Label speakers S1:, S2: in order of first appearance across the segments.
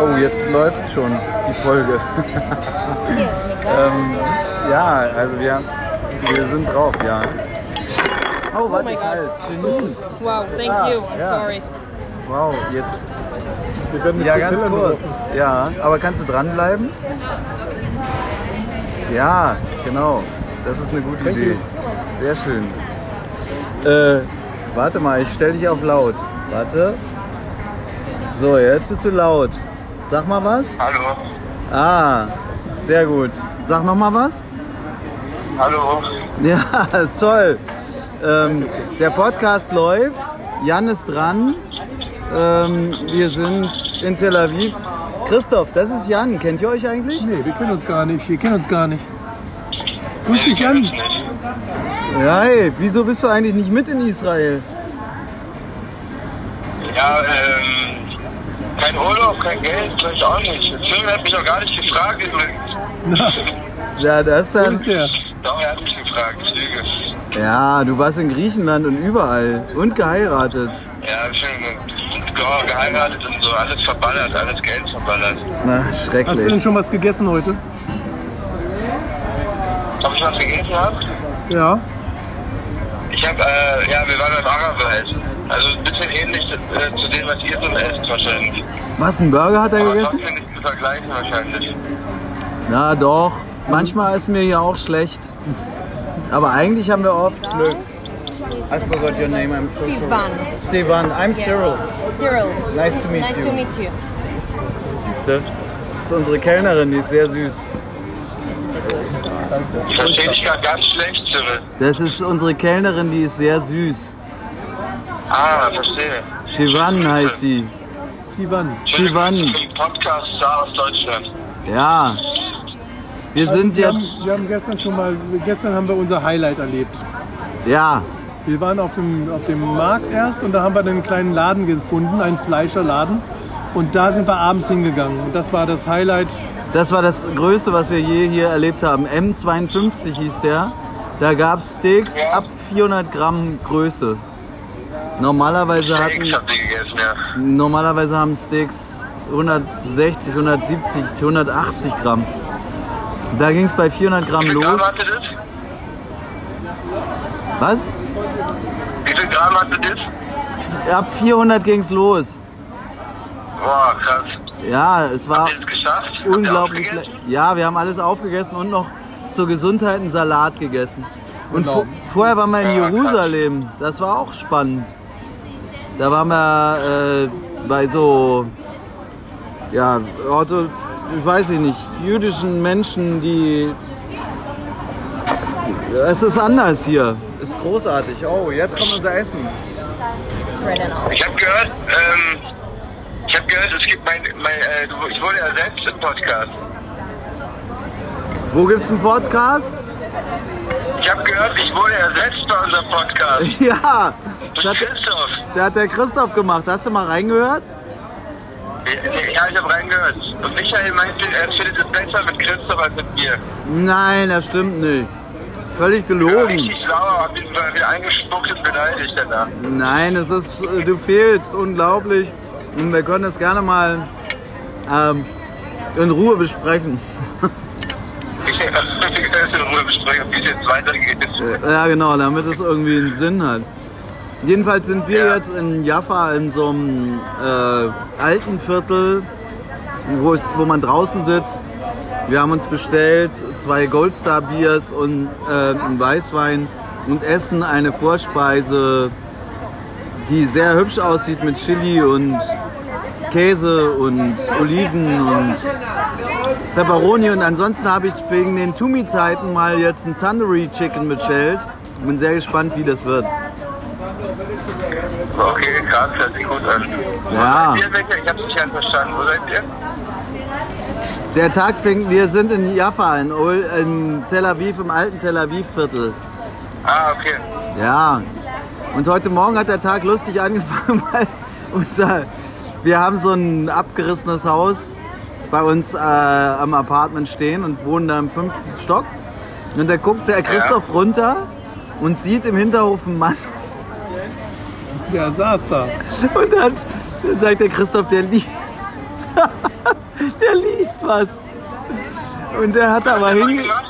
S1: Oh, jetzt läuft's schon, die Folge. ähm, ja, also wir, wir sind drauf, ja. Oh, warte,
S2: my
S1: ich
S2: God.
S1: halt. Genie.
S2: Wow, thank
S1: Ah,
S2: you. I'm
S1: ja.
S2: sorry.
S1: Wow, jetzt.
S3: Wir werden mit
S1: Ja, ganz
S3: Propellern
S1: kurz.
S3: beworfen.
S1: Ja, aber kannst du dranbleiben? Ja, genau. Das ist eine gute Idee. Sehr schön. Äh, warte mal, ich stell dich auf laut. Warte. So, jetzt bist du laut. Sag mal was.
S4: Hallo.
S1: Ah, sehr gut. Sag noch mal was.
S4: Hallo.
S1: Ja, ist toll. Ähm, der Podcast läuft, Jan ist dran. Ähm, wir sind in Tel Aviv. Christoph, das ist Jan. Kennt ihr euch eigentlich?
S3: Nee, wir kennen uns gar nicht. Wir kennen uns gar nicht. Grüß dich an.
S1: Ja, hey, wieso bist du eigentlich nicht mit in Israel?
S4: Ja, ähm, kein Urlaub, kein Geld, vielleicht auch nicht. Der Film hat mich doch gar nicht gefragt.
S3: Na,
S1: Ja, das ist
S3: wo ist
S1: dann.
S3: der?
S4: Doch, er hat mich gefragt, ich lüge.
S1: Ja, du warst in Griechenland und überall. Und geheiratet.
S4: Ja, schön. Ge geheiratet und so, alles verballert, alles Geld verballert.
S1: Na,
S3: Hast du denn
S1: schrecklich.
S3: schon was gegessen heute?
S4: Ob ich was vergessen habe?
S3: Ja.
S4: Ich habe, äh, ja, wir waren beim Araber essen. Also ein bisschen ähnlich äh, zu dem, was ihr so esst wahrscheinlich.
S1: Was, einen Burger hat er
S4: Aber
S1: gegessen?
S4: trotzdem nicht zu vergleichen wahrscheinlich.
S1: Na doch. Manchmal ist mir ja auch schlecht. Aber eigentlich haben wir oft Glück. I forgot your name, I'm so
S5: Sivan.
S1: Sivan, I'm Cyril.
S5: Cyril.
S1: Nice to meet
S5: nice
S1: you.
S5: to meet you.
S1: Siehste? Das ist unsere Kellnerin, die ist sehr süß.
S4: Ich verstehe dich gerade ganz schlecht, Cyril.
S1: Das ist unsere Kellnerin, die ist sehr süß.
S4: Ah, verstehe.
S1: Shivan heißt die.
S3: Sivan.
S1: Sivan.
S4: Zum Podcast Star aus Deutschland.
S1: Ja. Also Wir sind
S3: wir
S1: jetzt.
S3: Haben, wir haben gestern schon mal, gestern haben wir unser Highlight erlebt.
S1: Ja.
S3: Wir waren auf dem, auf dem Markt erst und da haben wir einen kleinen Laden gefunden, einen Fleischerladen. Und da sind wir abends hingegangen. Und das war das Highlight.
S1: Das war das Größte, was wir je hier erlebt haben. M52 hieß der. Da gab es Steaks ab 400 Gramm Größe. Normalerweise hatten,
S4: Ich hab die gegessen, ja.
S1: normalerweise haben Steaks 160, 170, 180 Gramm. Da ging es bei 400 Gramm
S4: Wie viel
S1: los.
S4: Gramm hatte das?
S1: Was?
S4: Wie viel Gramm hatte das?
S1: Ab 400 ging es los.
S4: Boah, krass. Habt
S1: Ja, es war
S4: ihr das geschafft? Habt ihr
S1: Ah, unglaublich. le-
S4: aufgegessen?
S1: Ja, wir haben alles aufgegessen und noch zur Gesundheit einen Salat gegessen. Und
S3: Genau.
S1: vo- vorher waren wir in
S4: Ja, krass.
S1: Jerusalem. Das war auch spannend. Da waren wir äh, bei so, ja, Ortho, ich weiß ich nicht, jüdischen Menschen, die. Es ist anders hier. Ist großartig. Oh, jetzt kommt unser Essen.
S5: Right now.
S4: Ich hab gehört, ähm, ich hab gehört, es gibt mein, mein äh, du- ich wurde ja selbst im Podcast.
S1: Wo gibt's einen Podcast?
S4: Ich hab gehört, ich wurde ja selbst bei unserem Podcast.
S1: Ja, das
S4: Durch
S1: hat,
S4: Christoph.
S1: der hat der Christoph gemacht. Hast du mal reingehört?
S4: Ja, ja, ich hab reingehört. Und Michael meinte, er findet es besser mit Christoph als mit mir.
S1: Nein, das stimmt nicht. Völlig
S4: Ja,
S1: gelogen.
S4: richtig sauer, hab ihn wieder eingespuckt und beleidigt danach.
S1: Nein, es ist, äh, du fehlst unglaublich. Und wir können das gerne mal ähm, in Ruhe besprechen.
S4: Ja, wir können es in Ruhe besprechen, wie es jetzt weitergeht.
S1: Ja, genau, damit es irgendwie einen Sinn hat. Jedenfalls sind wir
S4: Ja.
S1: jetzt in Jaffa in so einem äh, alten Viertel, wo, es, wo man draußen sitzt. Wir haben uns bestellt zwei Goldstar Biers und äh, einen Weißwein und essen eine Vorspeise, die sehr hübsch aussieht mit Chili und Käse und Oliven und Pepperoni und ansonsten habe ich wegen den Tumi-Zeiten mal jetzt ein Tandoori Chicken bestellt. Bin sehr gespannt, wie das wird.
S4: Okay, krass, hört sich gut an.
S1: Ja.
S4: Wo seid ihr welche? Ich hab's nicht ganz verstanden. Wo seid ihr?
S1: Der Tag fängt, wir sind in Jaffa, in, Ol, in Tel Aviv, im alten Tel Aviv-Viertel.
S4: Ah, okay.
S1: Ja. Und heute Morgen hat der Tag lustig angefangen, weil unser, wir haben so ein abgerissenes Haus bei uns äh, am Apartment stehen und wohnen da im fünften Stock. Und da guckt der Christoph runter und sieht im Hinterhof einen Mann
S3: Der saß da.
S1: Und dann sagt der Christoph, der liegt. der liest was. Und der hat aber hinge...
S4: gemacht?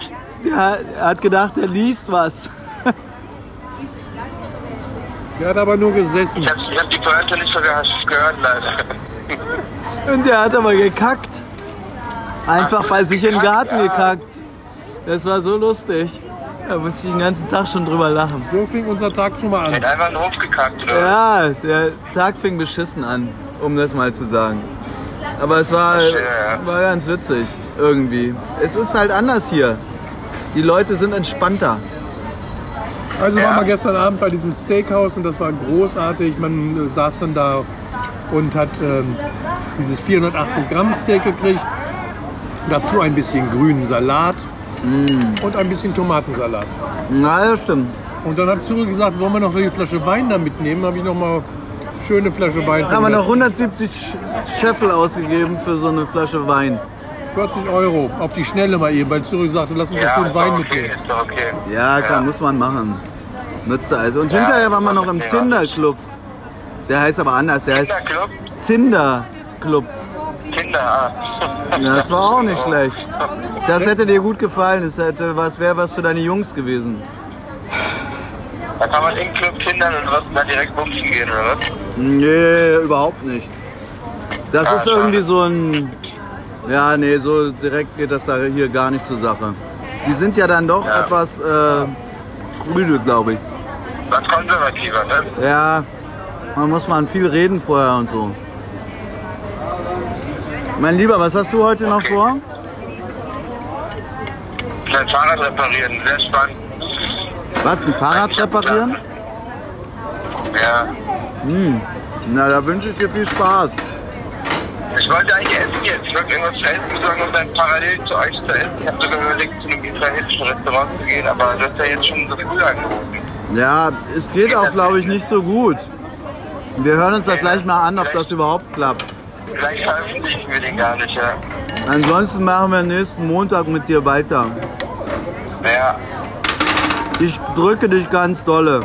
S1: Der hat- er hat gedacht, er liest was.
S2: Der hat aber nur gesessen.
S4: Ich hab, ich hab die Pointe nicht so gehas- gehört, leider.
S1: Und der hat aber gekackt. Einfach bei sich in den Garten gekackt. Das war so lustig. Da musste ich den ganzen Tag schon drüber lachen.
S2: So fing unser Tag schon mal
S4: Er
S2: an.
S4: hat einfach einen Hof gekackt, oder?
S1: Ja, der Tag fing beschissen an, um das mal zu sagen. Aber es war, war ganz witzig, irgendwie. Es ist halt anders hier. Die Leute sind entspannter.
S3: Also
S4: Ja.
S3: waren wir gestern Abend bei diesem Steakhouse und das war großartig. Man äh, saß dann da und hat ähm, dieses 480 Gramm Steak gekriegt. Dazu ein bisschen grünen Salat
S4: Mm.
S3: und ein bisschen Tomatensalat.
S1: Na, das stimmt.
S3: Und dann hat Cyril gesagt, wollen wir noch eine Flasche Wein da mitnehmen? Habe ich noch mal schöne Flasche Wein.
S1: Da haben wir noch 170 Sch- Scheffel ausgegeben für so eine Flasche Wein.
S3: 40 Euro auf die Schnelle mal eben, weil Zürich sagte, lass uns
S4: Ja,
S3: doch
S4: ist
S3: den
S4: doch
S3: Wein
S4: okay,
S3: mitnehmen.
S4: ist doch okay.
S1: Ja, klar, muss man machen. Nützt also. Und
S4: Ja,
S1: hinterher waren wir
S4: das
S1: noch
S4: war
S1: im
S4: mit dem
S1: Tinder-Club. Der heißt aber anders, der heißt
S4: Kinderclub?
S1: Tinder-Club.
S4: Kinder, ah.
S1: Ja, das war auch nicht schlecht. Das hätte dir gut gefallen. Das hätte was, wäre was für deine Jungs gewesen.
S4: Da kann man im Club Kindern und was da direkt bumsen gehen, oder was?
S1: Nee, überhaupt nicht. Das
S4: Ah,
S1: ist irgendwie so ein. Ja, nee, so direkt geht das da hier gar nicht zur Sache. Die sind ja dann doch
S4: Ja.
S1: etwas äh, müde, glaube ich.
S4: Was konservativer, ne?
S1: Ja, man muss man viel reden vorher und so. Mein Lieber, was hast du heute noch
S4: Okay.
S1: vor?
S4: Sein Fahrrad reparieren, sehr spannend.
S1: Was, ein Fahrrad reparieren?
S4: Ja.
S1: Na, da wünsche ich dir viel Spaß.
S4: Ich wollte eigentlich essen jetzt. Ich wollte irgendwas zu essen besorgen und dann parallel zu euch zu essen. Ich habe sogar überlegt, zu einem israelischen Restaurant zu gehen, aber du hast ja jetzt schon so früh angerufen.
S1: Ja, es geht auch, glaube ich, nicht so gut. Wir hören uns das gleich mal an, ob das überhaupt klappt.
S4: Vielleicht veröffentlichen wir den gar nicht, ja.
S1: Ansonsten machen wir nächsten Montag mit dir weiter.
S4: Ja,
S1: Ich drücke dich ganz dolle.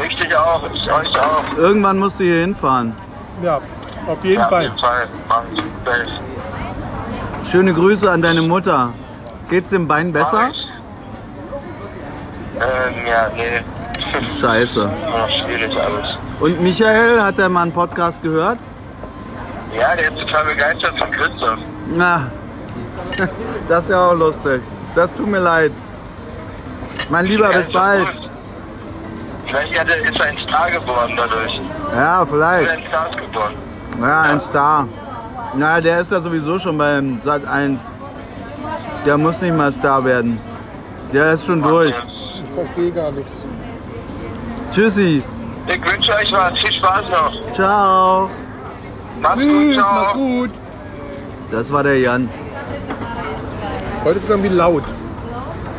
S4: richtig auch. Ich euch auch.
S1: Irgendwann musst du hier hinfahren.
S3: Ja, auf jeden
S4: Ja, auf
S3: Fall.
S4: jeden Fall. Macht's best.
S1: Schöne Grüße an deine Mutter. Geht's dem Bein besser?
S4: Mach ich. Ähm, ja, nee.
S1: Scheiße.
S4: Immer noch schwierig alles.
S1: Und Michael, hat er mal einen Podcast gehört?
S4: Ja, der ist total begeistert von Christoph.
S1: Na, das ist ja auch lustig. Das tut mir leid. Mein Lieber,
S4: Ja,
S1: bis
S4: ist doch
S1: bald.
S4: gut. Vielleicht hat er, ist er ein Star geworden dadurch.
S1: Ja,
S4: Ist er
S1: vielleicht.
S4: ein Star geworden.
S1: Ja, ein Star. Na, der ist ja sowieso schon beim Sat 1. Der muss nicht mal Star werden. Der ist schon durch.
S3: Ich verstehe gar nichts.
S1: Tschüssi.
S4: Ich wünsche euch was. Viel Spaß noch.
S1: Ciao.
S4: Macht's gut.
S3: Tschüss,
S4: Ciao.
S3: mach's gut.
S1: Das war der Jan.
S3: Heute ist es irgendwie laut.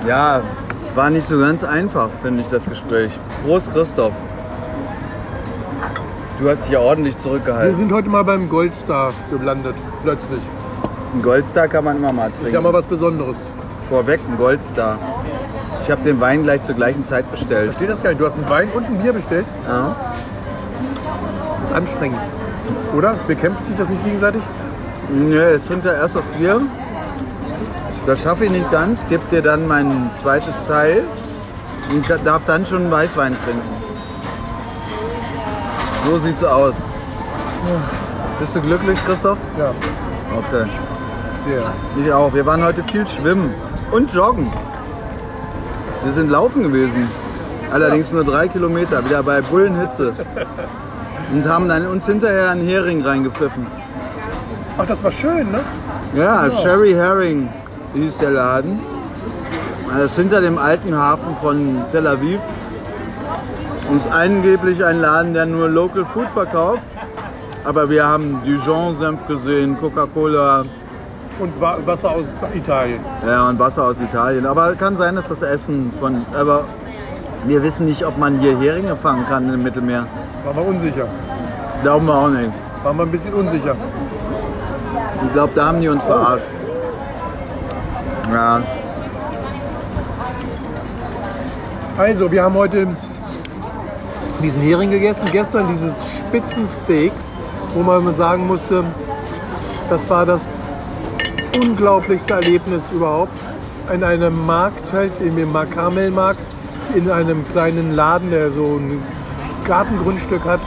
S1: Ja, war nicht so ganz einfach, finde ich, das Gespräch. Prost, Christoph. Du hast dich ja ordentlich
S3: Wir
S1: zurückgehalten.
S3: sind heute mal beim Goldstar gelandet, plötzlich.
S1: Ein Goldstar kann man immer mal trinken.
S3: Ist ja mal was Besonderes.
S1: Vorweg, ein Goldstar. Ich habe den Wein gleich zur gleichen Zeit bestellt.
S3: Versteht das gar nicht. Du hast einen Wein und ein Bier bestellt.
S1: Ja.
S3: Das ist anstrengend. Oder? Bekämpft sich das nicht gegenseitig?
S1: Nö, jetzt trinkt er erst das Bier. Das schaffe ich nicht ganz. Gib dir dann mein zweites Teil. Und da- darf dann schon Weißwein trinken. So sieht's aus. Bist du glücklich, Christoph?
S3: Ja,
S1: Okay.
S3: sehr.
S1: Ich auch. Wir waren heute viel schwimmen und joggen. Wir sind laufen gewesen. Allerdings nur drei Kilometer, wieder bei Bullenhitze. Und haben dann uns hinterher einen Hering reingepfiffen.
S3: Ach, das war schön, ne?
S1: Ja, Sherry Herring hieß der Laden. Das ist hinter dem alten Hafen von Tel Aviv. Und ist angeblich ein Laden, der nur Local Food verkauft. Aber wir haben Dijon-Senf gesehen, Coca-Cola,
S3: Und Wa- Wasser aus Italien.
S1: Ja, und Wasser aus Italien. Aber kann sein, dass das Essen von. Aber wir wissen nicht, ob man hier Heringe fangen kann im Mittelmeer.
S3: Waren wir unsicher.
S1: Glauben wir auch nicht.
S3: Waren wir ein bisschen unsicher.
S1: Ich glaube, da haben die uns verarscht. Ja.
S3: Also, wir haben heute diesen Hering gegessen. Gestern dieses Spitzensteak, wo man sagen musste, das war das unglaublichste Erlebnis überhaupt. In einem Markt, halt im Karmelmarkt, in einem kleinen Laden, der so ein Gartengrundstück hat,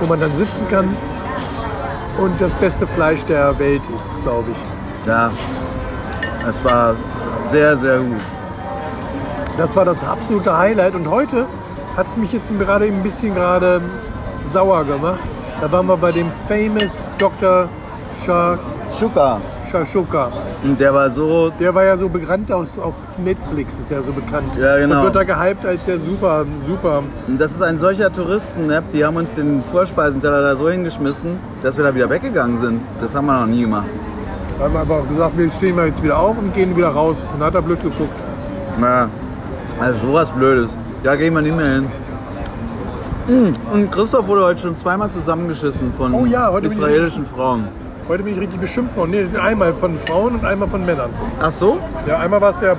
S3: wo man dann sitzen kann und das beste Fleisch der Welt ist, glaube ich.
S1: Ja, es war sehr, sehr gut.
S3: Das war das absolute Highlight. Und heute hat es mich jetzt gerade ein bisschen gerade sauer gemacht. Da waren wir bei dem famous Dr. Shah
S1: Zucker.
S3: Shashoka.
S1: Und der war so,
S3: Der war ja so bekannt aus, auf Netflix, ist der so bekannt.
S1: Ja, genau.
S3: Und wird da gehypt als der super, super.
S1: Und das ist ein solcher Touristen-App, die haben uns den Vorspeisenteller da so hingeschmissen, dass wir da wieder weggegangen sind. Das haben wir noch nie gemacht.
S3: Da haben wir einfach gesagt, wir stehen mal jetzt wieder auf und gehen wieder raus. Und dann hat er blöd geguckt.
S1: Ja. Also sowas Blödes. Da gehen wir nicht mehr hin. Mm, Und Christoph wurde heute schon zweimal zusammengeschissen von
S3: Oh ja, heute bin ich-
S1: israelischen Frauen.
S3: Heute bin ich richtig beschimpft worden. Nee, einmal von Frauen und einmal von Männern.
S1: Ach so?
S3: Ja, einmal war es der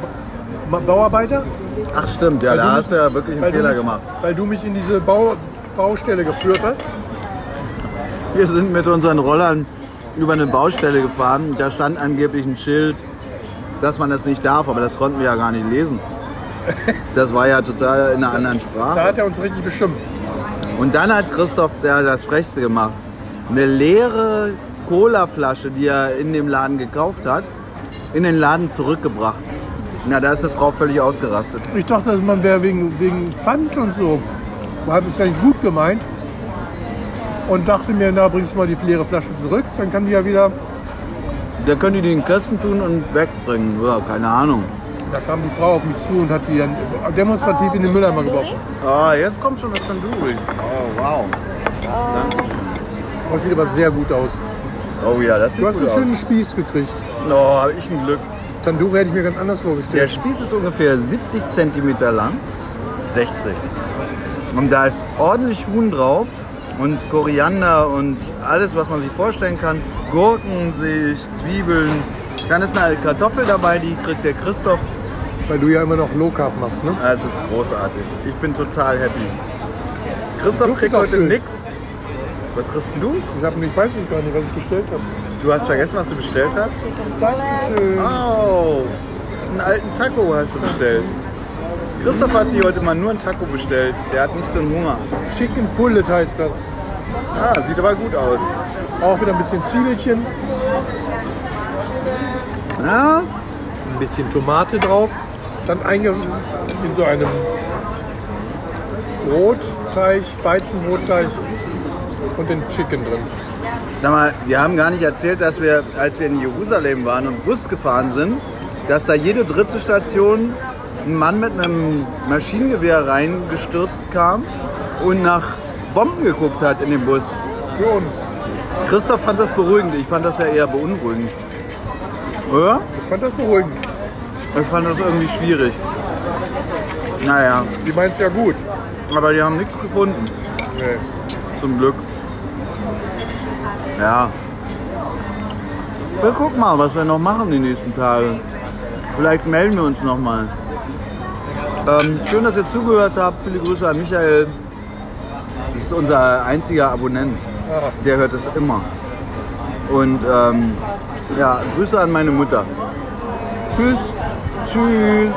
S3: Ma- Bauarbeiter.
S1: Ach stimmt, ja,
S3: Weil
S1: da
S3: du
S1: hast du
S3: mich-
S1: ja wirklich einen
S3: weil du
S1: Fehler
S3: mich,
S1: gemacht.
S3: Weil du mich in diese Bau, Baustelle geführt hast.
S1: Wir sind mit unseren Rollern über eine Baustelle gefahren. Da stand angeblich ein Schild, dass man das nicht darf, aber das konnten wir ja gar nicht lesen. Das war ja total in einer anderen
S3: Da
S1: Sprache.
S3: hat er uns richtig beschimpft.
S1: Und dann hat Christoph der das Frechste gemacht. Eine leere Colaflasche, die er in dem Laden gekauft hat, in den Laden zurückgebracht. Na, da ist eine Frau völlig ausgerastet.
S3: Ich dachte, dass man wäre wegen, wegen Pfand und so. Hat es eigentlich gut gemeint. Und dachte mir, na, bringst du mal die leere Flasche zurück. Dann kann die ja wieder.
S1: Da können die die in den Kasten tun und wegbringen. Ja, keine Ahnung.
S3: Da kam die Frau auf mich zu und hat die dann demonstrativ in den Mülleimer geworfen.
S1: Ah, jetzt kommt schon das Tandoori. Oh, wow.
S3: Das sieht aber sehr gut aus.
S1: Oh ja, das sieht
S3: Du hast
S1: gut
S3: einen
S1: aus.
S3: schönen Spieß gekriegt.
S1: Oh, hab ich ein Glück.
S3: Tandoori hätte ich mir ganz anders
S1: Der
S3: vorgestellt.
S1: Spieß ist ungefähr 70 cm lang. 60. Und da ist ordentlich Huhn drauf und Koriander und alles, was man sich vorstellen kann. Gurken sehe ich, Zwiebeln. Dann ist eine Kartoffel dabei, die kriegt der Christoph.
S3: Weil du ja immer noch Low Carb machst, ne?
S1: Ah, Es ist großartig. Ich bin total happy. Christoph
S3: Duft
S1: kriegt
S3: auch
S1: heute
S3: schön.
S1: nix. Was kriegst denn du?
S3: Ich, hab, ich weiß nicht gar nicht, was ich bestellt habe.
S1: Du hast vergessen, was du bestellt hast?
S3: Dankeschön.
S1: Oh, einen alten Taco hast du bestellt. Christoph hat sich heute mal nur einen Taco bestellt. Der hat nicht so einen Hunger.
S3: Chicken Pullet heißt das.
S1: Ah, sieht aber gut aus.
S3: Auch wieder ein bisschen Zwiebelchen,
S1: Ja,
S3: ein bisschen Tomate drauf. Dann einge in so einem Brotteig, Weizenbrotteig und den Chicken drin.
S1: sag mal, wir haben gar nicht erzählt, dass wir, als wir in Jerusalem waren und Bus gefahren sind, dass da jede dritte Station ein Mann mit einem Maschinengewehr reingestürzt kam und nach Bomben geguckt hat in dem Bus.
S3: Für uns.
S1: Christoph fand das beruhigend. Ich fand das ja eher beunruhigend. Oder?
S3: Ich fand das beruhigend.
S1: Ich fand das irgendwie schwierig. Naja,
S3: Die meint's ja gut.
S1: aber die haben nichts gefunden,
S3: Nee.
S1: zum Glück. Ja. Wir gucken mal, was wir noch machen die nächsten Tage. Vielleicht melden wir uns nochmal. Ähm, schön, dass ihr zugehört habt. Viele Grüße an Michael. Das ist unser einziger Abonnent. Der hört es immer. Und ähm, ja, Grüße an meine Mutter.
S3: Tschüss.
S1: Tschüss.